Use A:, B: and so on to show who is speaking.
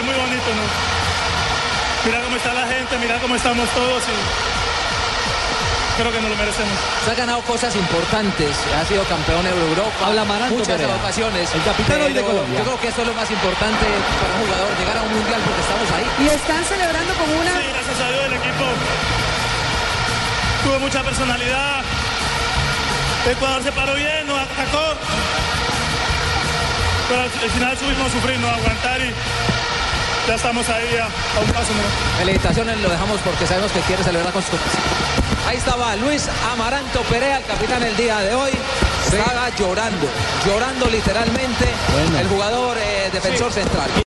A: teléfono. Mira cómo está la gente, mira cómo estamos todos y creo que nos lo merecemos.
B: Se ha ganado cosas importantes, ha sido campeón Euro Europa,
C: Habla Amaranto
B: muchas
C: Perea,
B: ocasiones.
C: el capitán hoy de
B: Pero
C: Colombia.
B: Yo creo que eso es lo más importante para un jugador, llegar a un mundial porque estamos ahí.
D: Y están celebrando con una...
A: Sí, gracias a Dios el equipo tuvo mucha personalidad. Ecuador se paró bien, nos atacó. Pero al, al final subimos a sufrir, no a aguantar y ya estamos ahí a, a un paso. ¿no?
B: Felicitaciones, lo dejamos porque sabemos que quiere celebrar con sus copas. Ahí estaba Luis Amaranto Perea, el capitán el día de hoy. Estaba llorando, llorando literalmente
C: Bueno.
B: el jugador eh, defensor central.